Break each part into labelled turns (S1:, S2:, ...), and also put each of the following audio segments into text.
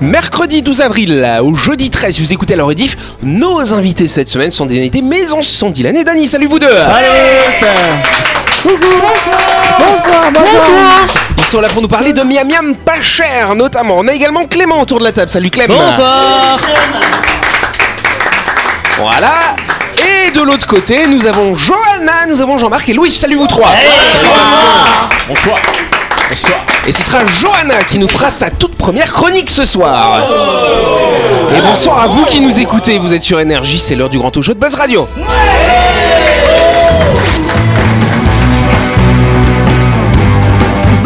S1: Mercredi 12 avril là, au jeudi 13, vous écoutez la rediff. Nos invités cette semaine sont des invités Maison ce sont Dylan et Dany. Salut vous deux Ils sont là pour nous parler de Miam Miam pas cher notamment. On a également Clément autour de la table. Salut Clément
S2: Bonsoir
S1: Voilà Et de l'autre côté, nous avons Johanna, nous avons Jean-Marc et Louis. Salut vous trois
S2: Bonsoir
S1: Et ce sera Johanna qui nous fera sa toute première chronique ce soir. Et bonsoir à vous qui nous écoutez. Vous êtes sur Énergie, c'est l'heure du grand talk show de Buzz Radio.
S3: Bah.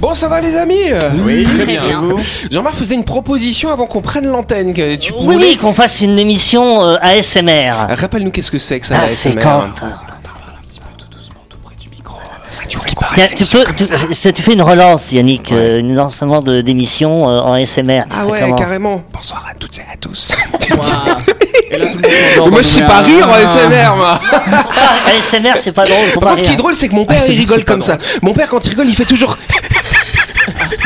S1: Bon, ça va les amis
S2: Oui, très
S4: bien. bien.
S1: Jean-Marc faisait une proposition avant qu'on prenne l'antenne. que Tu
S4: Oui,
S1: voulais...
S4: oui, qu'on fasse une émission euh, ASMR.
S1: Rappelle-nous qu'est-ce que c'est que ça
S4: Ah,
S1: la
S4: c'est
S1: ASMR.
S4: quand
S1: Tu vois,
S4: Tiens, tu, peux, tu, ça, tu fais une relance, Yannick, euh, une lancement de- d'émission euh, en ASMR.
S1: Ah
S4: Tu fais
S1: ouais,
S4: comment
S1: carrément. Bonsoir à toutes et à tous.
S2: Et là, tout le monde
S1: moi, je sais pas rire en ASMR, moi.
S4: Ah, ASMR, c'est pas drôle. faut
S1: Par
S4: pas
S1: contre, ce qui est
S4: rire.
S1: drôle, c'est que mon
S4: Ah,
S1: père,
S2: c'est-
S1: il rigole
S2: c'est pas
S1: comme ça. Mon père, quand il rigole, il fait toujours.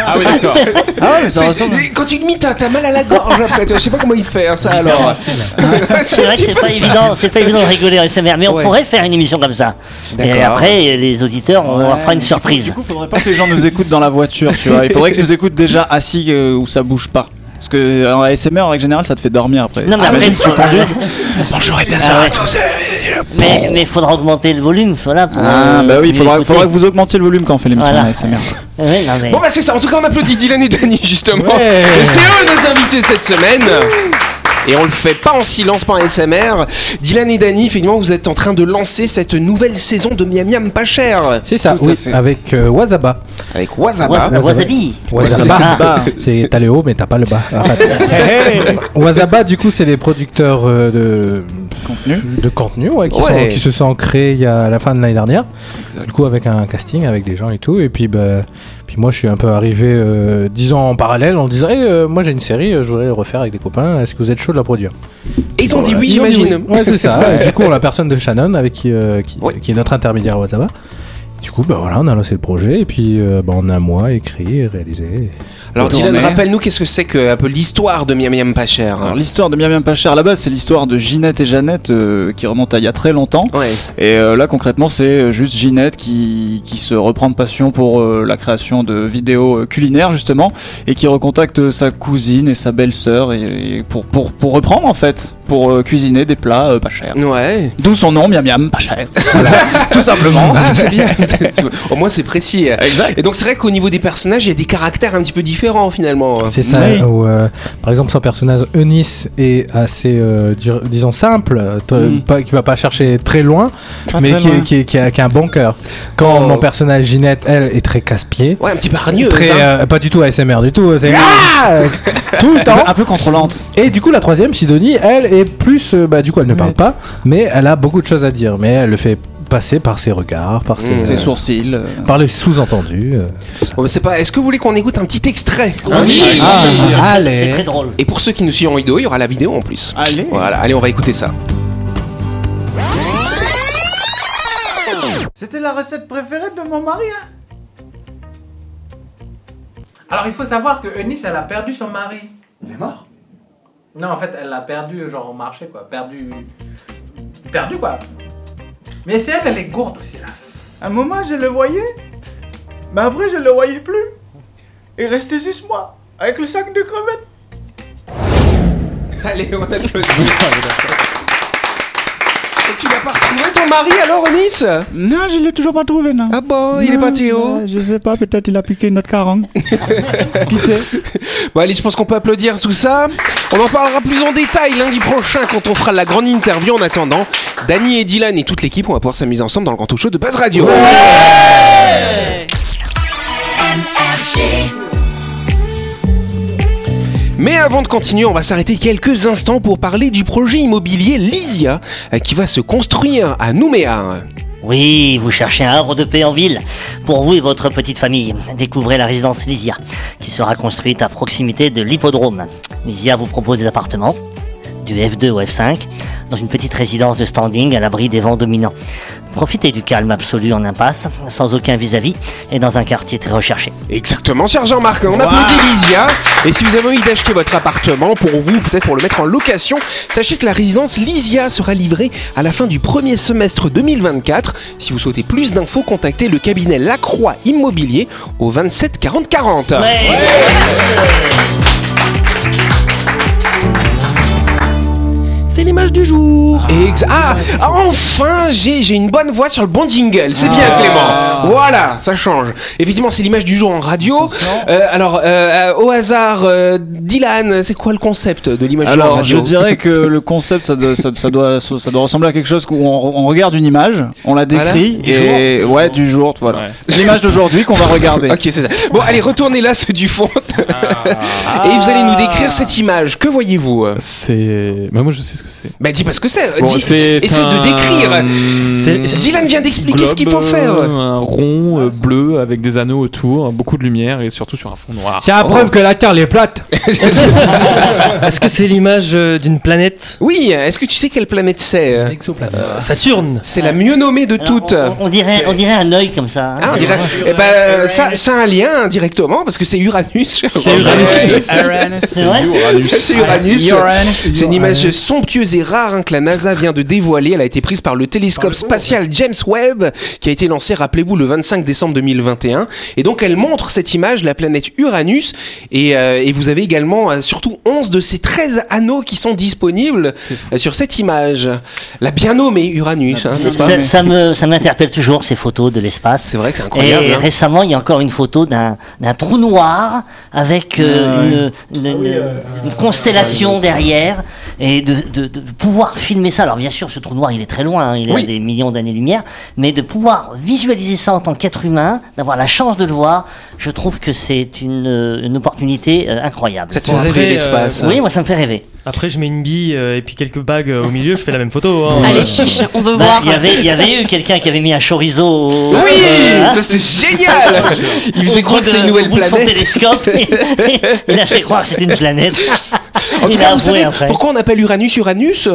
S2: Ah oui, d'accord.
S5: Ah ouais, mais ça
S1: C'est-
S5: ressemble.
S1: Quand tu le mites, hein, t'as t'as mal à la gorge après. toi. Je sais pas comment il fait hein, ça alors.
S4: C'est vrai que c'est pas, évident, c'est pas évident de rigoler en ASMR, mais on
S1: Ouais.
S4: pourrait faire une émission comme ça. Et
S1: D'accord.
S4: après, les auditeurs, on leur fera une
S5: Ouais,
S4: surprise.
S5: Du coup, faudrait pas que les gens nous écoutent dans la voiture, tu vois. Il faudrait qu'ils nous écoutent déjà assis euh, où ça bouge pas. Parce que euh, en ASMR, en règle générale, ça te fait dormir après. Ah,
S4: Non, mais après,
S5: Imagine,
S4: faut-
S5: tu conduis.
S1: Bonjour et bien
S4: Ah ouais. Mais mais faudra augmenter le volume, voilà. pour,
S5: Ah,
S4: euh,
S5: bah oui, il
S4: mieux
S5: faudra,
S4: écouter.
S5: faudra que vous augmentiez le volume quand on fait l'émission
S4: Voilà.
S5: en ASMR.
S4: Ouais, non, mais-
S1: Bon bah c'est ça, en tout cas on applaudit Dylan et Dany justement.
S5: Ouais.
S1: Et C'est eux nos invités cette semaine. Et on le fait pas en silence, pas en SMR. Dylan et Dany, finalement, vous êtes en train de lancer cette nouvelle saison de Miam Miam pas cher.
S6: C'est ça,
S1: Tout à
S6: oui,
S1: fait.
S6: avec euh, Wazaba.
S1: Avec Wazaba.
S4: Wasabi. Wasabi.
S6: Wazaba,
S1: Ah.
S6: c'est t'as le haut mais t'as pas le bas. Arrête. Wazaba, du coup, c'est des producteurs euh, de
S5: Contenu.
S6: de contenu ouais, qui,
S1: Ouais.
S6: sont- qui se sont créés il y a à la fin de l'année dernière. Du coup, avec un casting, avec des gens et tout, et puis bah, puis moi, je suis un peu arrivé, euh, disons en parallèle, en disant, Eh, euh, moi j'ai une série, euh, je voudrais le refaire avec des copains. Est-ce que vous êtes chaud de la produire
S1: Et ils ont dit oui,
S6: Ils ont dit
S1: j'imagine.
S6: oui. Ouais, c'est ça. Et Du coup, on a la personne de Shannon avec qui, euh, qui,
S1: Oui.
S6: qui est notre intermédiaire Wazaba. Du coup, bah voilà, on a lancé le projet et puis euh, bah, on a moi écrit, réalisé.
S1: Alors Dylan,
S5: Tourner.
S1: rappelle-nous qu'est-ce que c'est que un peu l'histoire de Miam Miam pas cher. hein.
S5: Alors, l'histoire de Miam Miam Pas Cher, à la base, c'est l'histoire de Ginette et Jeannette euh, qui remonte à il y a très longtemps.
S1: Ouais.
S5: Et euh, là, concrètement, c'est juste Ginette qui, qui se reprend de passion pour euh, la création de vidéos euh, culinaires, justement, et qui recontacte euh, sa cousine et sa belle-sœur et, et pour, pour, pour reprendre, en fait, pour euh, cuisiner des plats euh, pas chers.
S1: Ouais.
S5: D'où son nom, Miam Miam, pas cher. Tout simplement.
S1: Ah, ça, c'est bien. Au moins, c'est précis.
S5: Exact.
S1: Et donc, c'est vrai qu'au niveau des personnages, il y a des caractères un petit peu différents finalement.
S6: C'est ça,
S5: Oui.
S6: où euh, par exemple son personnage Eunice est assez, euh, dur- disons, simple, euh, t-
S5: Mm.
S6: pas, qui va pas chercher très loin, mais
S5: très
S6: qui, est-
S5: loin.
S6: qui est- qui a, qui a un bon cœur. Quand
S1: Oh.
S6: mon personnage Ginette, elle, est très casse-pied.
S1: Ouais, un petit peu hargneux.
S6: Très,
S1: ça. Ah
S6: euh, pas du tout ASMR du tout, c'est tout le temps.
S5: Un peu contrôlante.
S6: Et du coup, la troisième, Sidonie, elle est plus. euh, bah, du coup, elle ne parle pas, mais elle a beaucoup de choses à dire. Mais elle le fait passer par ses regards, par ses,
S1: Mmh.
S5: Ses
S6: euh,
S5: sourcils. euh.
S6: par les sous-entendus. euh.
S1: Oh, bah, c'est pas. Est-ce que vous voulez qu'on écoute un petit extrait
S4: Oui.
S6: Ah, allez.
S4: C'est très drôle.
S1: Et pour ceux qui nous suivent en vidéo, il y aura la vidéo en plus.
S5: Allez.
S1: Voilà, allez, on va écouter ça.
S7: C'était la recette préférée de mon mari, hein
S8: Alors il faut savoir que Eunice, elle a perdu son mari.
S7: Il est mort
S8: Non, en fait, elle l'a perdu genre au marché, quoi. Perdu... Perdu, quoi. Mais c'est elle, elle est gourde aussi, là.
S7: Un moment, je le voyais, mais après, je le voyais plus. Il restait juste moi, avec le sac de crevettes.
S1: Allez, on applaudit. Et tu n'as pas retrouvé ton mari alors, Onis
S5: Non, je l'ai toujours pas trouvé, non.
S1: Ah bon, il est parti où
S5: Je sais pas, peut-être il a piqué notre carangue. Qui sait
S1: Bon, allez, je pense qu'on peut applaudir tout ça. On en parlera plus en détail lundi prochain quand on fera la grande interview. En attendant, Dany et Dylan et toute l'équipe, on va pouvoir s'amuser ensemble dans le grand talk show de Buzz Radio. Mais avant de continuer, on va s'arrêter quelques instants pour parler du projet immobilier Lysia euh, qui va se construire à Nouméa.
S4: Oui, vous cherchez un havre de paix en ville Pour vous et votre petite famille, découvrez la résidence Lysia, qui sera construite à proximité de l'hippodrome. Lysia vous propose des appartements, du F2 au F5, dans une petite résidence de standing à l'abri des vents dominants. Profitez du calme absolu en impasse, sans aucun vis-à-vis, et dans un quartier très recherché.
S1: Exactement, cher Jean-Marc, on applaudit Lysia. Et si vous avez envie d'acheter votre appartement pour vous, peut-être pour le mettre en location, sachez que la résidence Lysia sera livrée à la fin du premier semestre 2024. Si vous souhaitez plus d'infos, contactez le cabinet Lacroix Immobilier au 27 40 40. C'est l'image du jour. Exa- ah, ah, enfin, j'ai j'ai une bonne voix sur le bon jingle. C'est
S5: Ah.
S1: bien, Clément. Voilà, ça change. Effectivement, c'est l'image du jour en radio. Euh, alors, euh, euh, au hasard, euh, Dylan, c'est quoi le concept de l'image du jour en
S5: Alors, je
S1: radio
S5: dirais que le concept, ça doit, ça, ça doit, ça doit ressembler à quelque chose où on, on regarde une image, on la décrit,
S1: Voilà.
S5: et ouais, du jour, voilà. L'image d'aujourd'hui qu'on va regarder.
S1: Ok, c'est ça. Bon, allez, retournez là, ceux du fond.
S4: Ah.
S1: Et vous allez nous décrire cette image. Que voyez-vous
S9: C'est. Bah, moi, je sais ce que c'est.
S1: Bah, dis pas ce que c'est.
S9: Bon,
S1: Dis-
S9: c'est
S1: essaye de
S9: un-
S1: décrire.
S9: C'est-
S1: Dylan vient d'expliquer ce qu'il faut
S9: globe,
S1: faire.
S9: euh, Un rond euh, bleu avec des anneaux autour, beaucoup de lumière et surtout sur un fond noir.
S1: Oh.
S10: C'est la preuve que la Terre elle est plate.
S11: Est-ce que c'est l'image euh, d'une planète
S1: Oui, est-ce que tu sais quelle planète c'est euh
S11: Saturne
S1: C'est la mieux nommée de
S4: Alors,
S1: toutes.
S4: on, on- on dirait, on dirait un œil comme ça. hein.
S1: euh, Ah, on dirait. Eh ben, ça, ça a un lien directement parce que c'est Uranus.
S4: C'est Uranus. C'est vrai
S1: C'est Uranus. C'est une image somptueuse et rare hein, que la NASA vient de dévoiler. Elle a été prise par le télescope spatial James Webb qui a été lancé, rappelez-vous, le 25 décembre 2021. Et donc elle montre cette image, la planète Uranus. Et, euh, et vous avez également euh, surtout 11 de ces 13 anneaux qui sont disponibles euh, sur cette image. La bien nommée Uranus. hein,
S4: C'est-
S1: n'est-ce pas
S4: ça, ça me, ça m'interpelle toujours ces photos de l'espace.
S1: C'est vrai que c'est incroyable.
S4: Et
S1: hein.
S4: récemment, il y a encore une photo d'un d'un trou noir avec
S1: Ah
S4: euh, une, une- une- une constellation derrière et de, de- de pouvoir filmer ça. Alors bien sûr, ce trou noir, il est très loin, hein, il est
S1: Oui.
S4: à des millions d'années-lumière, mais de pouvoir visualiser ça en tant qu'être humain, d'avoir la chance de le voir, je trouve que c'est une, euh, une opportunité euh, incroyable.
S1: Ça te fait
S11: Bon, après,
S1: rêver l'espace.
S11: euh,
S4: Oui, moi ça me fait rêver.
S11: Après, je mets une bille euh, et puis quelques bagues euh, au milieu, je fais la même photo. hein.
S12: Allez, chiche, on veut
S4: Bah,
S12: voir.
S4: Il y avait, il y avait eu quelqu'un qui avait mis un chorizo. au-
S1: Oui,
S4: euh, hein,
S1: ça c'est génial. Il faisait
S4: au
S1: croire
S4: bout
S1: que c'est
S4: de-
S1: une
S4: au
S1: nouvelle
S4: bout de son
S1: planète.
S4: télescope, et- et- il a fait croire que c'était une planète.
S1: En tout
S4: Il
S1: cas,
S4: a
S1: vous
S4: avoué
S1: savez
S4: après.
S1: pourquoi on appelle Uranus Uranus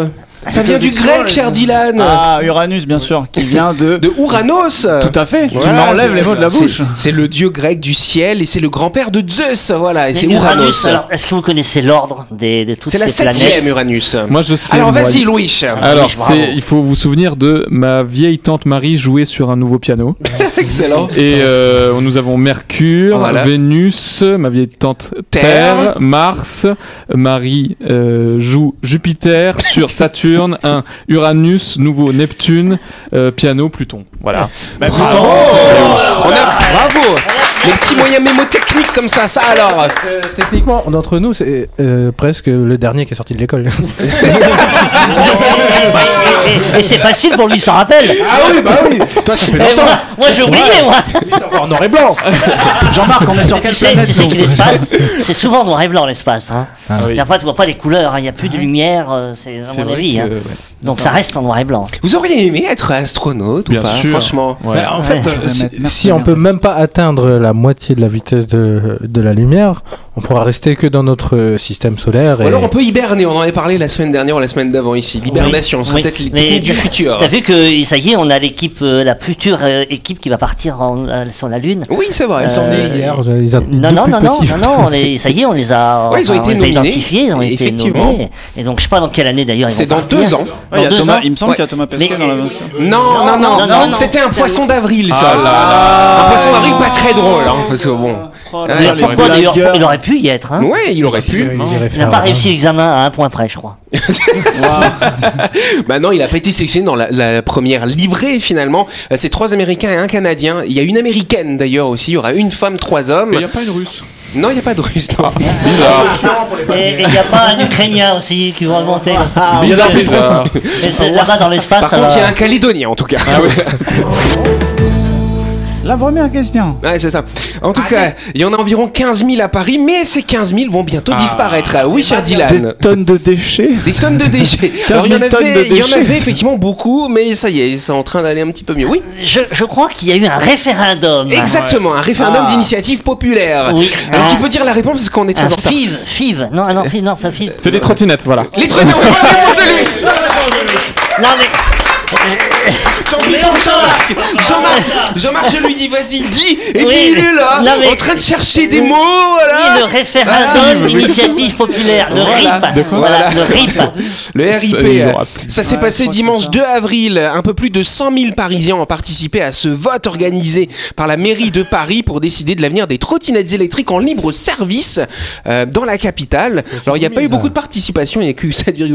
S1: Ça vient du grec, cher Dylan.
S5: Ah, Uranus, bien sûr, qui vient de.
S1: De Uranos.
S5: Tout à fait, tu
S1: Voilà,
S5: m'enlèves les mots de la
S1: C'est-
S5: bouche.
S1: C'est le dieu grec du ciel et c'est le grand-père de Zeus. Voilà, et c'est
S4: Mais
S1: Uranus.
S4: alors, est-ce que vous connaissez l'ordre des, de toutes
S1: C'est la
S4: ces planètes
S1: septième Uranus.
S9: Moi, je sais.
S1: Alors
S9: moi.
S1: vas-y, Louis.
S9: Alors,
S4: Oui, bravo.
S9: c'est, il faut vous souvenir de ma vieille tante Marie jouer sur un nouveau piano.
S1: Excellent.
S9: Et euh, nous avons Mercure,
S1: Voilà.
S9: Vénus, ma vieille tante
S1: Terre.
S9: Terre, Mars, Marie euh, joue Jupiter sur Saturne, un Uranus, nouveau Neptune, euh, piano, Pluton. Voilà.
S1: Bravo. On a- Bravo. Les petits moyens mémotechniques comme ça, ça alors.
S6: Euh, techniquement, d'entre nous, c'est euh, presque le dernier qui est sorti de l'école.
S4: Et, et- et c'est facile pour lui, il s'en rappelle.
S6: ah oui, bah oui Toi, tu fais
S4: Eh, moi, moi, j'ai oublié, moi.
S6: en noir et blanc
S5: Jean-Marc, on est sur
S4: tu
S5: quelle
S4: sais,
S5: planète
S4: tu sais
S5: nous
S4: que l'espace, c'est souvent noir et blanc l'espace. Hein.
S6: Ah
S9: oui.
S4: Et Après, tu vois pas les couleurs, hein, il n'y a plus de lumière, euh, c'est à mon avis.
S9: que,
S4: hein.
S9: ouais.
S4: Donc ça reste en noir et blanc.
S1: Vous auriez aimé être astronaute
S9: Bien
S1: ou pas
S9: sûr.
S1: Franchement.
S9: Ouais.
S6: en fait,
S5: Je vais
S6: si-
S5: mettre Mercure.
S6: si on peut même pas atteindre la moitié de la vitesse de, de la lumière, on pourra rester que dans notre euh, système solaire.
S1: Ou
S6: et-
S1: alors on peut hiberner, on en avait parlé la semaine dernière ou la semaine d'avant ici. L'hibernation, on serait
S4: Oui.
S1: peut-être les
S4: Mais
S1: techniques du
S4: t'as-
S1: futur.
S4: T'as vu que ça y est, on a l'équipe, euh, la future euh, équipe qui va partir en- euh, sur la Lune.
S1: Oui, c'est vrai.
S4: Euh,
S1: ils ont des-
S6: hier, ils ont
S4: Non,
S6: deux
S4: non,
S6: plus
S4: non, non,
S6: petits.
S4: non, non, on les- ça y est, on les a,
S1: Ouais, ils ont
S4: enfin, on
S1: été
S4: les a
S1: nominés,
S4: identifiés, ils ont été
S1: effectivement.
S4: nommés. Et donc, je sais pas dans quelle année
S9: Euh,
S4: d'ailleurs. ils
S1: C'est
S4: vont
S1: dans
S4: partir.
S1: deux ans.
S5: Ouais, Ah, il, y a
S4: Dans deux
S5: Thomas-
S4: ans.
S5: il me semble
S1: Ouais.
S5: qu'il y a Thomas Pesquet
S4: Mais-
S5: dans la version.
S1: Non, non, non,
S4: non, non,
S1: c'était un
S12: c'est
S1: poisson d'avril, ça.
S9: Ah là là.
S1: Un poisson d'avril pas
S4: Ah.
S1: très drôle, hein, parce que bon.
S5: Ah.
S1: Ah,
S5: Oh
S1: Ouais,
S5: là
S4: Mais
S5: là,
S1: les
S4: pourquoi,
S5: les
S4: d'ailleurs,
S5: blagueurs.
S4: il aurait pu y être. Hein
S1: Ouais, il aurait
S6: Ils
S1: pu.
S6: iraient
S4: Il n'a
S6: faire,
S5: Ah,
S4: pas
S6: hein.
S4: réussi l'examen à un point près, je crois.
S1: Bah non, il a pas été sélectionné dans la, la première livrée finalement. Euh, C'est trois Américains et un Canadien. Il y a une Américaine d'ailleurs aussi. Il y aura une femme, trois hommes.
S9: Mais il n'y a pas une russe.
S1: Non, il n'y a pas de Russe. non.
S9: Ah,
S4: Et il n'y a pas un Ukrainien aussi qui vont remonter.
S5: Ah,
S4: Ah, comme ça.
S9: Bizarre, bizarre.
S4: Et c'est Là-bas dans l'espace,
S1: Par
S4: ça
S9: Ah.
S1: contre, il y a
S4: va-
S1: un Calédonien en tout cas.
S5: La première question.
S1: Ouais, c'est ça. En
S4: Ah,
S1: tout cas, il y en a environ 15 000 à Paris, mais ces 15 000 vont bientôt
S9: Ah.
S1: disparaître. Oui,
S4: Ah,
S1: cher Dylan.
S5: Tonnes de déchets.
S1: Des tonnes de déchets.
S5: 15 000
S1: Alors, il y en
S5: tonnes de
S1: avait, il y en
S5: déchets.
S1: avait effectivement beaucoup, mais ça y est, c'est en train d'aller un petit peu mieux. Oui.
S4: Je, je crois qu'il y a eu un référendum.
S1: Exactement, un référendum
S4: Ah.
S1: d'initiative populaire.
S4: Oui.
S1: Alors
S4: Ah.
S1: tu peux dire la réponse parce qu'on est
S4: Un
S5: Ah,
S1: très en retard.
S4: FIV, FIV. Non, ah non, FIV, non, pas FIV.
S9: C'est des trottinettes, voilà.
S1: Les trucs, non, c'est lui
S4: Non, mais.
S1: Tant pis pour Jean-Marc Jean-Marc Jean-Marc, je lui dis, vas-y, dis Et
S4: Oui,
S1: puis il est là,
S4: non, mais-
S1: en train de chercher des mots, voilà
S4: Oui, le référendum
S1: Ah,
S4: d'initiative populaire, le
S1: Voilà.
S4: RIP.
S1: De quoi
S4: Voilà,
S1: Voilà.
S4: le RIP.
S1: Le
S9: Ça,
S1: RIP,
S9: ils
S1: euh,
S9: l'auront
S1: ça s'est passé dimanche 2 avril. Un peu plus de 100 000 Parisiens ont participé à ce vote organisé par la mairie de Paris pour décider de l'avenir des trottinettes électriques en libre service euh, dans la capitale. Alors, il n'y a pas eu beaucoup de participation. Il n'y a que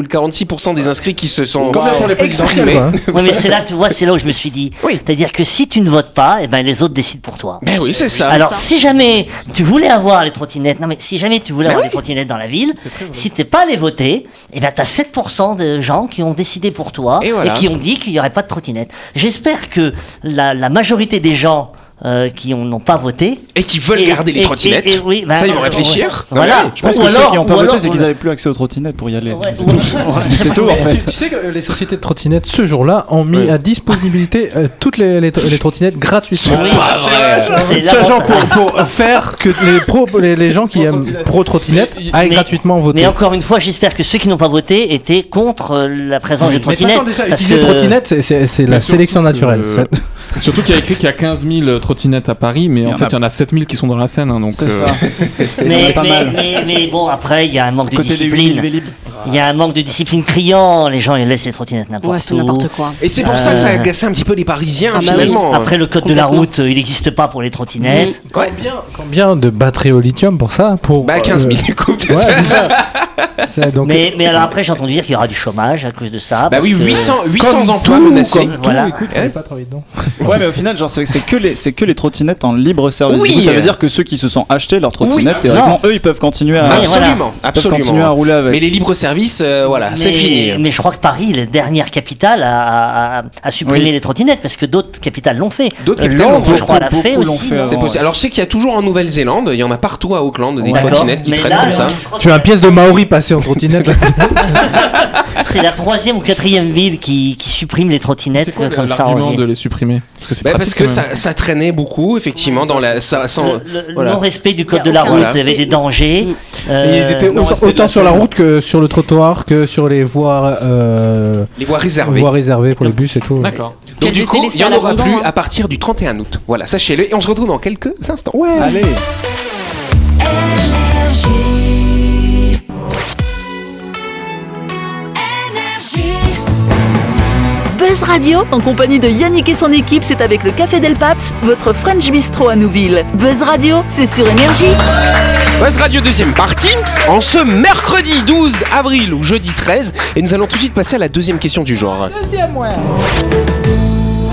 S1: 7,46% des inscrits qui se sont
S6: Comme là pour les présidentielles,
S1: exprimés.
S6: quoi, hein.
S4: Oui, mais c'est là, tu vois, c'est là où je me suis dit.
S1: Oui.
S4: C'est-à-dire que si tu ne votes pas, eh ben, les autres décident pour toi.
S1: Ben oui, c'est ça.
S4: Alors, si jamais tu voulais avoir les trottinettes, non mais si jamais tu voulais avoir les trottinettes dans la ville, si t'es pas allé voter, eh ben t'as 7% de gens qui ont décidé pour toi
S1: Et voilà.
S4: qui ont dit qu'il y aurait pas de trottinettes. J'espère que la, la majorité des gens euh, qui ont- n'ont pas voté
S1: Et qui veulent
S4: et-
S1: garder les
S4: et-
S1: trottinettes.
S4: et- et oui, bah,
S1: ça, ils vont
S4: euh,
S1: réfléchir. Ah
S4: ouais. Voilà.
S5: Je pense
S4: Ou
S5: que
S4: alors-
S5: ceux qui n'ont pas
S4: ou
S5: voté,
S4: alors-
S5: c'est qu'ils n'avaient plus accès aux trottinettes pour y aller.
S4: Ouais,
S5: C'est
S4: ouais.
S5: tout. C'est tout en
S6: Tu,
S5: fait.
S6: tu sais que les sociétés de trottinettes ce jour-là ont mis à disponibilité euh, toutes les, les, les trottinettes gratuitement.
S4: Oui.
S1: C'est vrai.
S4: C'est
S6: Tu vois, genre
S4: lamentable.
S6: pour, pour faire que les pro les, les gens qui aiment pro trottinettes aillent
S4: mais-
S6: gratuitement
S4: Mais
S6: voter.
S4: encore une fois, j'espère que ceux qui n'ont pas voté étaient contre euh, la présence des
S6: Mais de toute façon,
S4: trottinettes.
S6: déjà,
S4: parce
S6: utiliser
S4: que-
S6: trottinette, c'est- c'est c'est la
S9: Mais surtout
S6: sélection
S9: que- euh,
S6: naturelle. Ça-
S9: Surtout qu'il y a écrit qu'il y a 15 000 trottinettes à Paris, mais
S5: y en
S9: en fait,
S5: a-
S9: il y en a 7 000 qui sont dans la Seine. hein, donc,
S5: C'est
S9: euh,
S5: ça.
S4: Mais,
S5: Pas
S4: mais,
S5: mal.
S4: mais, mais bon, après, il y a un manque de
S5: Côté des
S4: discipline.
S5: 8000 Vélib.
S4: Il y a un manque de discipline criant. Les gens ils laissent les trottinettes n'importe
S10: Ouais, c'est
S4: où.
S10: n'importe quoi.
S1: Et c'est pour ça que ça a
S4: Euh.
S1: agacé un petit peu les Parisiens,
S10: Ah bah oui.
S1: finalement. hein.
S4: Après, le code de la
S10: Complètement. Mm.
S4: route, euh, il n'existe pas pour les trottinettes.
S1: Ouais.
S6: Combien de batteries au lithium pour ça pour,
S1: Bah, 15 000,
S6: euh,
S1: du coup. peut-être.
S6: ouais, déjà. C'est- donc,
S4: Mais, mais alors après, j'ai entendu dire qu'il y aura du chômage à cause de ça.
S1: Bah
S4: parce
S1: oui,
S4: que-
S1: 800, 800 emplois
S6: tout,
S1: menacés.
S6: comme tout,
S4: Voilà.
S6: écoute, fallait pas travailler dedans.
S5: Ouais, mais au final, genre, c'est c'est que les, c'est que les trottinettes en libre service.
S1: Oui.
S5: Du coup, ça veut dire que ceux qui se sont achetés leurs trottinettes,
S1: Oui.
S5: théoriquement, eux, ils peuvent continuer
S6: Ah,
S5: à,
S4: Oui, voilà.
S1: Absolument,
S5: ils peuvent continuer à
S1: absolument.
S5: rouler avec.
S1: Mais les libres services, euh, voilà, c'est
S4: Mais-
S1: fini.
S4: Mais je crois que Paris est la dernière capitale à, à- à- à supprimer
S5: Oui.
S4: les trottinettes parce que d'autres capitales l'ont fait.
S1: D'autres
S4: Euh,
S1: capitales l'ont
S4: Londres,
S1: fait.
S4: je crois, l'a
S5: Beaucoup
S4: fait
S5: l'ont
S4: aussi.
S5: fait,
S4: non
S1: C'est possible. Alors je sais qu'il y a toujours en Nouvelle-Zélande, il y en a partout à Auckland, des
S4: D'accord.
S1: trottinettes qui
S4: Mais
S1: traînent
S4: là,
S1: comme ça.
S4: je crois que
S6: Tu as une pièce de Maori passée en trottinette.
S4: C'est la troisième ou quatrième ville qui, qui supprime les
S9: c'est
S4: trottinettes
S9: quoi
S4: euh, comme ça en
S9: l'argument
S4: ville.
S9: de les supprimer Parce que c'est
S1: Bah,
S9: pratique,
S1: parce que
S9: quand même.
S1: ça, ça traînait beaucoup, effectivement, dans la. Ça, sans-
S4: Le, le
S1: voilà.
S4: non-respect du code
S10: Y
S4: de
S10: a
S4: la
S10: aucun
S4: route, il y
S1: respect.
S4: avait des dangers. Euh,
S10: Mm.
S6: Et ils étaient
S5: non,
S6: autant-
S5: respect de
S6: autant
S5: la
S6: sur la
S5: scène.
S6: route Euh, que sur le trottoir que sur les voies, euh,
S1: Les voies réservées.
S6: voies réservées pour les bus et tout.
S9: D'accord.
S1: Donc
S10: Qu'elles
S1: du coup,
S10: étaient
S1: il
S10: laissées
S1: n'y
S10: à
S1: en aura
S10: l'abandon,
S1: plus
S10: hein.
S1: à partir du 31 août. Voilà, sachez-le. Et on se retrouve dans quelques instants.
S5: Allez.
S3: Buzz Radio, en compagnie de Yannick et son équipe, c'est avec le Café Del Paps, votre French Bistro à Nouville. Buzz Radio, c'est sur Énergie.
S1: Buzz Radio deuxième partie en ce mercredi 12 avril ou jeudi 13 et nous allons tout de suite passer à la deuxième question du genre.
S5: La deuxième.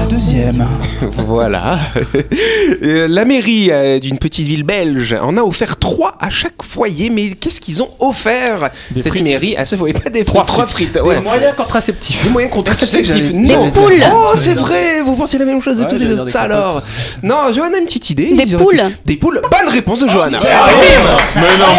S1: Voilà. Euh, La mairie euh, d'une petite ville belge en a offert trois à chaque foyer, mais qu'est-ce qu'ils ont offert
S9: Des
S1: cette
S9: frites.
S1: mairie Ah, à ce foyer Pas des frites, trois frites. ouais.
S6: Des moyens contraceptifs.
S1: Des moyens contraceptifs.
S5: j'allais- j'allais
S1: Non.
S10: dire.
S1: Oh, c'est vrai. Vous pensez la même chose de
S5: Ouais,
S1: tous les
S5: j'allais dire
S1: autres.
S5: des
S1: Ça
S5: capotes.
S1: alors Non, Johanna a une petite idée.
S10: Des
S1: Ils auraient pu-
S10: poules.
S1: Des poules. Bonne réponse de Johanna.
S4: Mais non.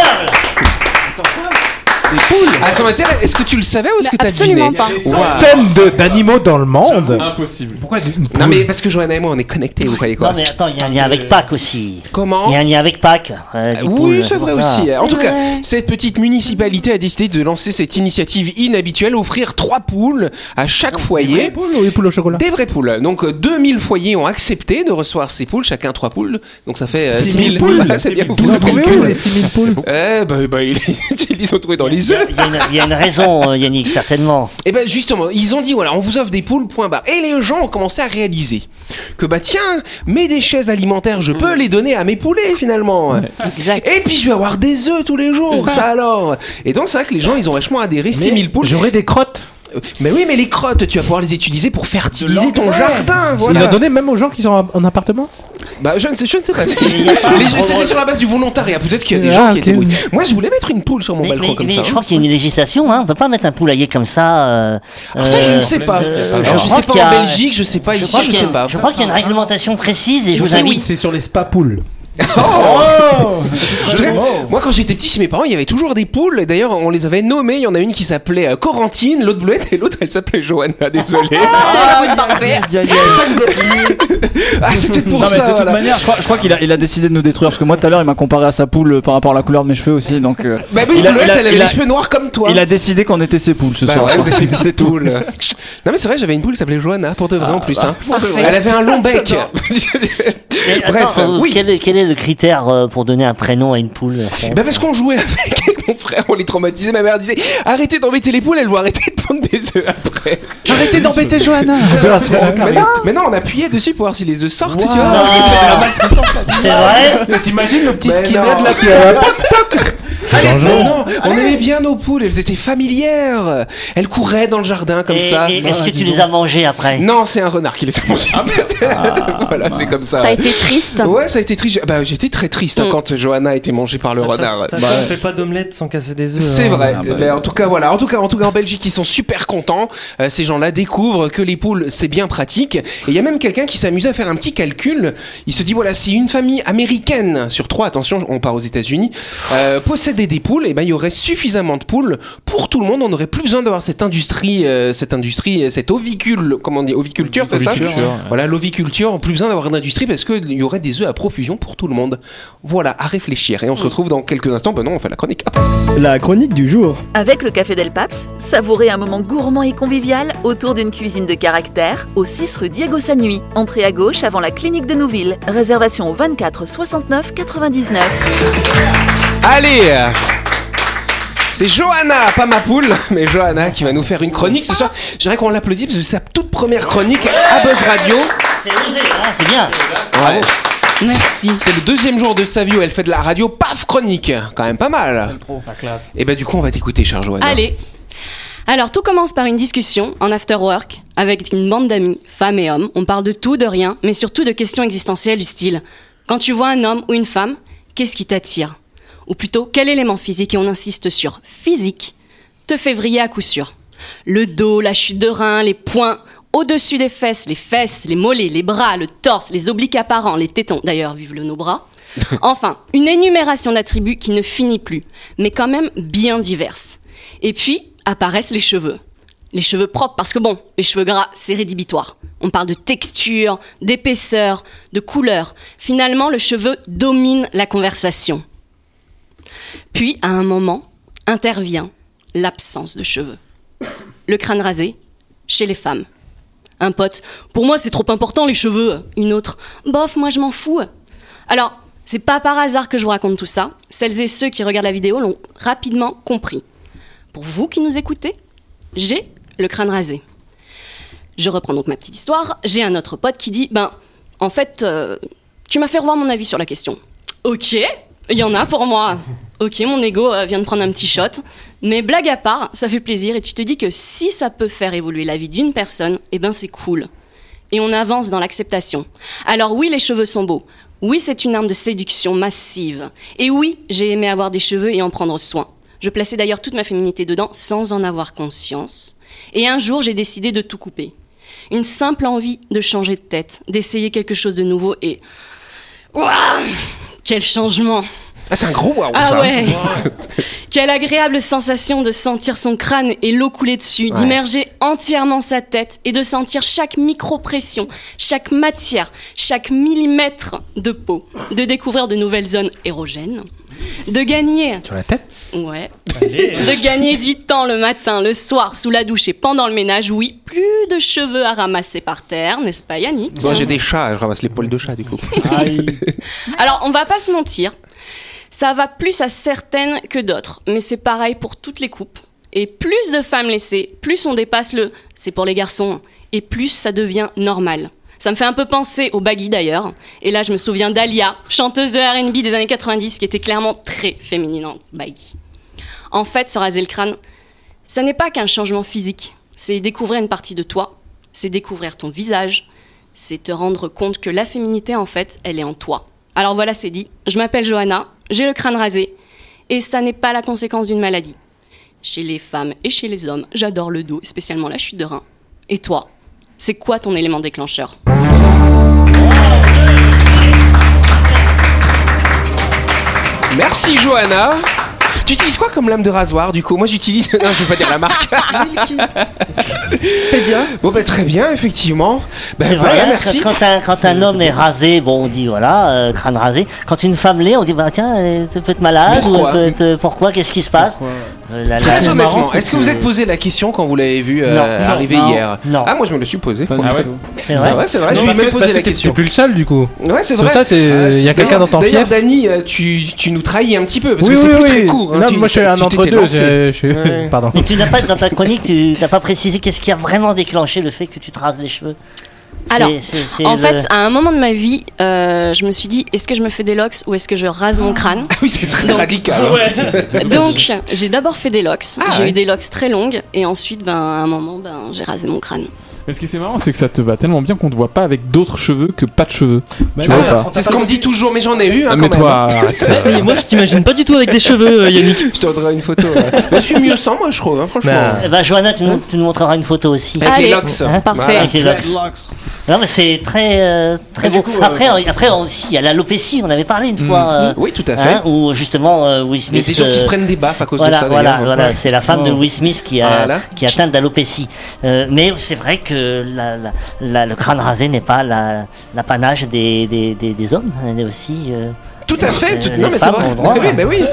S1: Des poules. À son intérêt, est-ce que tu le savais ou est-ce que
S10: Mais
S1: t'as deviné
S10: absolument pas.
S1: Waouh.
S6: Ah. Tonnes de- d'animaux dans le monde.
S1: Ah,
S9: Impossible.
S6: Pourquoi des-
S1: Non mais parce que Johanna et moi on est connectés, vous croyez quoi
S4: Non mais attends, il y a un lien avec Pâques aussi.
S1: Comment
S4: Il y a un lien avec Pâques. euh, des
S1: Ah Oui,
S4: poules,
S1: c'est vrai
S4: pour ça.
S1: aussi. hein. En tout cas,
S10: vrai.
S1: cette petite municipalité a décidé de lancer cette initiative inhabituelle, offrir trois poules à chaque foyer.
S6: Des poules ou des poules au chocolat
S1: Des vraies poules. Donc euh, 2000 foyers ont accepté de recevoir ces poules, chacun trois poules. Donc ça fait euh, 6000 poules. Voilà, c'est bien
S6: Vous
S1: vous
S6: l'ont
S1: faites le
S6: trouvé
S1: calcul.
S6: où les 6000 poules
S1: Eh ben, ben, ils ils les ont trouvés dans les œufs.
S4: Il y a une- il y, a une raison, euh, Yannick, certainement.
S1: Et ben justement, ils ont dit voilà, on vous offre des poules, point barre. Et les gens ont commencé à réaliser que bah tiens, mes déchets alimentaires, je
S4: Mm.
S1: peux les donner à mes poulets finalement.
S10: Exact.
S1: Et puis je vais avoir des œufs tous les jours, ça alors. Et donc c'est vrai que les gens, ils ont vachement adhéré. 6000 poules.
S6: J'aurais des crottes.
S1: Mais oui, mais les crottes, tu vas pouvoir les utiliser pour fertiliser ton
S6: l'engrais.
S1: jardin. Voilà.
S6: Il a donné même aux gens qui sont en appartement
S1: Bah, je ne sais, je ne sais pas. C'est- C'était sur la base du volontariat. Peut-être qu'il y a des gens
S6: Ah,
S1: qui étaient
S6: ok.
S1: mouillés. Moi, je voulais mettre une poule sur mon
S4: Mais,
S1: balcon
S4: mais-
S1: comme
S4: mais
S1: ça.
S4: je
S1: hein.
S4: crois qu'il y a une législation, hein. on peut pas mettre un poulailler comme ça. euh,
S1: Alors ça, je
S4: euh,
S1: ne sais pas.
S4: euh,
S1: Alors, je
S4: crois
S1: sais pas
S4: qu'il y a-
S1: en Belgique, je sais pas ici,
S4: crois
S1: je
S4: qu'il y a-
S1: sais pas.
S4: Je crois qu'il y a une réglementation précise et je vous
S10: C'est-
S4: invite.
S10: C'est sur les spa poules.
S1: Je dirais- Moi, quand j'étais petit chez mes parents, il y avait toujours des poules. Et D'ailleurs, on les avait nommées. Il y en a une qui s'appelait euh, Corentine, l'autre Bleuette, et l'autre, elle s'appelait Johanna. Désolé. ah, c'est peut-être pour
S5: Non, mais
S1: ça.
S5: de toute
S1: voilà.
S5: manière, je crois, je crois qu'il a, il a décidé de nous détruire parce que moi tout à l'heure il m'a comparé à sa poule euh, par rapport à la couleur de mes cheveux aussi. Donc, euh,
S1: Bah oui,
S5: il, a,
S1: Bleuette,
S5: il a-
S1: elle avait
S5: il a-
S1: les cheveux noirs comme toi.
S5: il a décidé qu'on était ses poules ce
S1: Bah
S5: soir.
S1: ouais, vous avez une petite poule. Non mais c'est vrai, j'avais une poule qui s'appelait Johanna, pour de vrai en
S5: Ah,
S1: plus.
S5: bah.
S1: hein. Elle avait un long bec.
S4: Mais attends,
S1: Bref,
S4: euh,
S1: oui.
S4: quel, est- quel est le critère euh, pour donner un prénom à une poule euh,
S1: Bah parce qu'on jouait avec, avec mon frère, on les traumatisait. Ma mère disait arrêtez d'embêter les poules, elles vont arrêter de pondre des œufs après.
S5: Arrêtez d'embêter Johanna Ah,
S1: Maintenant, maintenant, on appuyait dessus pour voir si les œufs sortent. Tu
S4: Non,
S1: vois.
S4: Ah. C'est vrai
S13: T'imagines le petit
S1: Mais non.
S13: skinhead là qui
S6: C'est dangereux.
S1: ben Non, on aimait bien nos poules, elles étaient familières. Elles couraient dans le jardin comme
S4: Et-
S1: ça. Ah,
S4: et Est-ce que tu les as mangés après
S1: Non, c'est un renard qui les
S6: Ah,
S1: a mangées. voilà, c'est comme ça.
S3: T'as été triste.
S1: Ouais, ça a été triste. Bah, j'étais très triste hein,
S3: Mm.
S1: quand Johanna a été mangée par le renard.
S10: T'as
S1: Bah,
S10: ne fait pas d'omelette sans casser des œufs.
S1: C'est
S10: hein.
S1: vrai.
S5: bah,
S1: Mais en tout cas, voilà. En tout cas, en tout cas, en Belgique, ils sont super contents. Euh, ces gens-là découvrent que les poules, c'est bien pratique. Et il y a même quelqu'un qui s'est amusé à faire un petit calcul. Il se dit voilà, si une famille américaine sur trois, attention, on part aux États-Unis, euh, possédait des poules, et ben il y aurait suffisamment de poules pour tout le monde. On n'aurait plus besoin d'avoir cette industrie, euh, cette industrie, euh, cette ovicule, comment on dit, oviculture, c'est ça
S9: Oviculture, ouais.
S1: Voilà, l'oviculture, plus besoin d'avoir une industrie parce qu'il y aurait des œufs à profusion pour tout le monde. Voilà, à réfléchir. Et on se retrouve dans quelques instants. Ben non, on fait la chronique.
S14: La chronique du jour.
S15: Avec le Café Del Paps, savourez un moment gourmand et convivial autour d'une cuisine de caractère au 6 rue Diego Sanui. Entrée à gauche avant la clinique de Nouville. Réservation au 24 69 99.
S1: Allez euh, c'est Johanna, pas ma poule, mais Johanna qui va nous faire une chronique ce soir. J'aimerais qu'on l'applaudisse parce que c'est sa toute première chronique à Buzz Radio.
S4: C'est osé, hein, c'est bien.
S1: Eh Ouais.
S3: Merci.
S1: C'est le deuxième jour de sa vie où elle fait de la radio, paf, chronique. Quand même pas mal. Et bah du coup on va t'écouter, cher Johanna.
S3: Allez. Alors, tout commence par une discussion en after work avec une bande d'amis, femmes et hommes. On parle de tout, de rien, mais surtout de questions existentielles du style quand tu vois un homme ou une femme, qu'est-ce qui t'attire Ou plutôt, quel élément physique, et on insiste sur physique, te fait vriller à coup sûr Le dos, la chute de rein, les poings, au-dessus des fesses, les fesses, les mollets, les bras, le torse, les obliques apparents, les tétons. D'ailleurs, vive le nos bras. Enfin, une énumération d'attributs qui ne finit plus, mais quand même bien diverses. Et puis apparaissent les cheveux. Les cheveux propres, parce que bon, les cheveux gras, c'est rédhibitoire. On parle de texture, d'épaisseur, de couleur. Finalement, le cheveu domine la conversation. Puis, à un moment, intervient l'absence de cheveux. Le crâne rasé, chez les femmes. Un pote, pour moi c'est trop important les cheveux. Une autre, bof, moi je m'en fous. Alors, c'est pas par hasard que je vous raconte tout ça. Celles et ceux qui regardent la vidéo l'ont rapidement compris. Pour vous qui nous écoutez, j'ai le crâne rasé. Je reprends donc ma petite histoire. J'ai un autre pote qui dit Ben, en fait, euh, tu m'as fait revoir mon avis sur la question. Ok, il y en a pour moi. Ok, mon ego euh, vient de prendre un petit shot. Mais blague à part, ça fait plaisir et tu te dis que si ça peut faire évoluer la vie d'une personne, eh ben c'est cool. Et on avance dans l'acceptation. Alors oui, les cheveux sont beaux. Oui, c'est une arme de séduction massive. Et oui, j'ai aimé avoir des cheveux et en prendre soin. Je plaçais d'ailleurs toute ma féminité dedans sans en avoir conscience. Et un jour, j'ai décidé de tout couper. Une simple envie de changer de tête, d'essayer quelque chose de nouveau et... Ouah Quel changement
S1: Ah c'est un gros waouh
S3: ah
S1: ça.
S3: ouais Quelle agréable sensation de sentir son crâne et l'eau couler dessus, d'immerger entièrement sa tête et de sentir chaque micro-pression, chaque matière, chaque millimètre de peau, de découvrir de nouvelles zones érogènes, de gagner... Sur la tête Ouais. de gagner du temps le matin, le soir, sous la douche et pendant le ménage, oui, plus de cheveux à ramasser par terre, n'est-ce pas Yannick
S1: Moi j'ai des chats, je ramasse les poils de chat du coup.
S3: alors, on va pas se mentir, ça va plus à certaines que d'autres, mais c'est pareil pour toutes les coupes. Et plus de femmes laissées, plus on dépasse le c'est pour les garçons, et plus ça devient normal. Ça me fait un peu penser au baggy d'ailleurs. Et là, je me souviens d'Alia, chanteuse de RB des années 90, qui était clairement très féminine en baggy. En fait, se raser le crâne, ça n'est pas qu'un changement physique,
S10: C'est découvrir une partie de toi, c'est découvrir ton visage, c'est te rendre compte que la féminité, en fait, elle est en toi. Alors voilà, c'est dit. Je m'appelle Johanna, j'ai le crâne rasé, et ça n'est pas la conséquence d'une maladie. Chez les femmes et chez les hommes, j'adore le dos, spécialement la chute de rein. Et toi, c'est quoi ton élément déclencheur
S1: Merci Johanna. Tu utilises quoi comme lame de rasoir du coup Moi j'utilise. Non, je vais pas dire la marque. Bon bah très bien, effectivement. Bah,
S4: C'est vrai,
S1: voilà,
S4: hein,
S1: merci.
S4: Quand, quand un, quand un homme est rasé, bon, on dit voilà, euh, crâne rasé. Quand une femme l'est, on dit bah tiens, elle est peut-être malade. ou
S1: Pourquoi
S4: elle peut être- pourquoi Qu'est-ce qui se passe Euh, la- la-
S1: Très
S4: la-
S1: honnêtement,
S4: marrant, c'est
S1: est-ce que vous êtes posé la question quand vous l'avez vu euh,
S4: Non, non,
S1: arriver
S4: non,
S1: hier
S4: non.
S1: Ah moi je me le suis posé. pour le
S9: ouais
S1: coup.
S4: C'est
S1: Ah ouais, c'est vrai, je
S6: Non,
S1: me
S6: parce
S1: suis
S6: que-
S1: posé la
S6: parce que t'es-
S1: question.
S6: T'es plus le seul du coup.
S1: Ouais, c'est
S6: Pour
S1: vrai.
S6: ça, t'es-
S1: Ah,
S6: il y a
S1: c'est
S6: quelqu'un
S1: vrai.
S6: dans ton
S1: D'ailleurs,
S6: fief.
S1: Dani, euh, tu, tu nous trahis un petit peu parce
S6: Oui,
S1: que c'est
S6: oui,
S1: plus très
S6: oui.
S1: court. hein.
S6: Non,
S1: Tu-
S6: moi, je suis
S1: tu
S6: un
S1: t'étais
S6: entre-deux,
S1: lancé.
S6: je- je-
S1: Ouais.
S6: Pardon.
S4: Mais tu n'as pas dans ta chronique, tu n'as pas précisé qu'est-ce qui a vraiment déclenché le fait que tu te rases les cheveux. C'est-
S10: Alors,
S4: c'est- c'est
S10: en
S4: le-
S10: fait, à un moment de ma vie, euh, je me suis dit, est-ce que je me fais des locks ou est-ce que je rase mon crâne
S1: Ah oui, c'est très
S10: Donc-
S1: radical. hein.
S10: Donc, j'ai d'abord fait des locks.
S1: Ah,
S10: j'ai
S1: ouais.
S10: eu des locks très longues et ensuite, ben, à un moment, ben, j'ai rasé mon crâne.
S9: Mais ce qui c'est marrant, c'est que ça te va tellement bien qu'on te voit pas avec d'autres cheveux que pas de cheveux.
S6: Bah,
S9: tu vois
S6: non,
S9: ou pas
S1: C'est ce qu'on me dit toujours, mais j'en ai eu. Hein,
S9: Ah,
S1: quand
S9: Mais
S1: même.
S9: toi, arrête.
S11: Mais moi, je t'imagine pas du tout avec des cheveux, euh, Yannick.
S1: Je t'enverrai une photo. ouais. Mais je suis mieux sans moi, je trouve, hein, franchement.
S11: Bah,
S4: Eh ben, Johanna, tu nous, tu nous montreras une photo aussi.
S1: Avec les
S10: Allez.
S1: locks.
S4: Hein
S10: Parfait.
S4: Avec les locks. Non, mais c'est très, euh, très beau. après, euh, après aussi, il y a l'alopécie, on avait parlé une fois.
S10: Hmm.
S4: euh,
S1: Oui, tout à fait.
S4: hein, où justement euh, Will
S1: Il y a
S4: Smith.
S1: des gens qui
S4: euh,
S1: se prennent des baffes à cause
S4: voilà,
S1: de ça.
S4: voilà,
S1: d'ailleurs.
S4: voilà, c'est la femme de Will Smith qui, a,
S1: Voilà.
S4: qui est atteinte d'alopécie. Euh, mais c'est vrai que la- la- la- le crâne rasé n'est pas la- l'apanage des, des, des, des hommes. Elle est aussi. euh,
S1: Tout à fait. tout-
S4: Les
S1: Non mais c'est
S4: femmes
S1: vrai.
S4: ont le droit,
S1: Oui,
S4: hein.
S1: bah oui.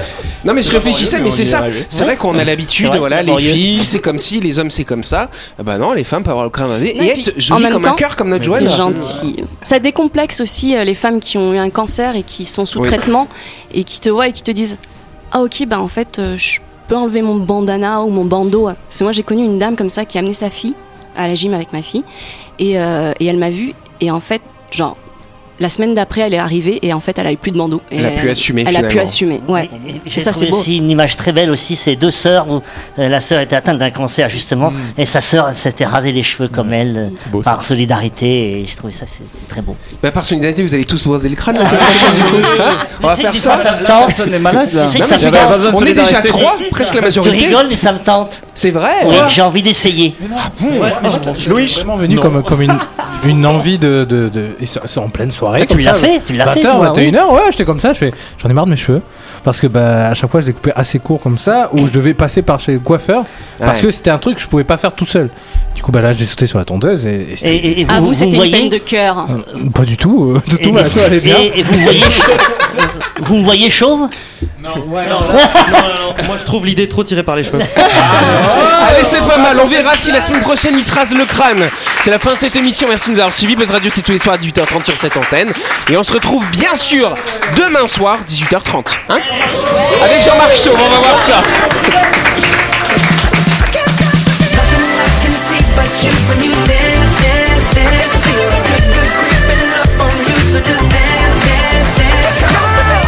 S1: Non mais je réfléchissais, mais
S5: mais on
S1: c'est
S5: y
S1: ça.
S5: est arrivé.
S1: C'est vrai qu'on a l'habitude.
S4: C'est vrai,
S1: Voilà,
S4: c'est
S1: les
S4: laborieux.
S1: filles, c'est comme si, les hommes, c'est comme ça. Ah Bah non, les femmes peuvent avoir le crâne rasé
S10: Non,
S1: et
S10: et puis,
S1: être
S10: en
S1: jolies
S10: même
S1: comme un
S10: temps,
S1: cœur, comme notre
S4: mais
S1: Joanne.
S10: C'est
S4: Voilà.
S10: gentil. Ça décomplexe aussi euh, les femmes qui ont eu un cancer et qui sont sous
S1: Oui.
S10: traitement et qui te voient et qui te disent Ah, ok, bah en fait, euh, je peux enlever mon bandana ou mon bandeau. Parce que moi, j'ai connu une dame comme ça qui a amené sa fille à la gym avec ma fille et, euh, et elle m'a vue et en fait, genre, la semaine d'après, elle est arrivée et en fait, elle a eu plus de bandeau. Et euh,
S1: Elle a pu assumer
S10: Elle a pu
S1: finalement.
S10: assumer, ouais.
S4: J'ai
S10: ça,
S4: trouvé
S10: c'est beau.
S4: aussi une image très belle aussi, c'est deux sœurs où euh, la sœur était atteinte d'un cancer justement
S1: Hmm.
S4: et sa sœur elle s'était rasé les cheveux comme elle euh,
S9: beau, ça.
S4: par solidarité et je trouvais ça c'est très beau.
S1: Bah par solidarité, vous allez tous vous raser le crâne. la
S10: Ah,
S1: semaine prochaine, du coup. Hein On va
S4: Tu sais
S1: faire
S4: que
S1: ça.
S4: des fois, me tente.
S5: Personne n'est malade là.
S4: Tu sais que
S5: Non,
S4: ça
S5: mais
S4: fait
S5: y avait
S4: tort.
S5: pas besoin de
S1: On est déjà
S5: solidarité.
S1: trois, presque la
S4: Tu
S1: majorité. Eh,
S4: rigoles mais ça me tente
S1: C'est vrai.
S4: et que j'ai envie d'essayer.
S6: Louis, vraiment venu comme, comme une, une envie de. de, de- et ça- c'est en pleine soirée.
S4: Toi, tu
S6: comme ça,
S4: l'as fait, tu l'as fait,
S6: 20h,
S4: toi, bah oui.
S6: 21h, ouais, j'étais comme ça, je fais. J'en ai marre de mes cheveux. Parce que bah, à chaque fois, je les coupais assez court comme ça, ou je devais passer par chez le coiffeur. Parce
S1: Ouais.
S6: que c'était un truc que je pouvais pas faire tout seul. Du coup, bah là, j'ai sauté sur la tondeuse et, et
S4: Et,
S6: c'était-
S4: et- et vous,
S10: Ah, vous,
S4: vous
S10: c'était une
S4: voyez,
S10: peine de cœur.
S6: Euh, Pas du tout, euh, tout,
S4: et-
S6: va- tout allait bien.
S4: et- et vous voyez, vous me voyez chauve
S11: moi, je trouve l'idée trop tirée par les cheveux.
S1: Allez, c'est pas mal. On verra si la semaine prochaine il se rase le crâne. C'est la fin de cette émission. Merci de nous avoir suivis. Buzz Radio, c'est tous les soirs à 18h30 sur cette antenne. Et on se retrouve bien sûr demain soir, 18h30. Hein Avec Jean-Marc Chauve, on va voir ça.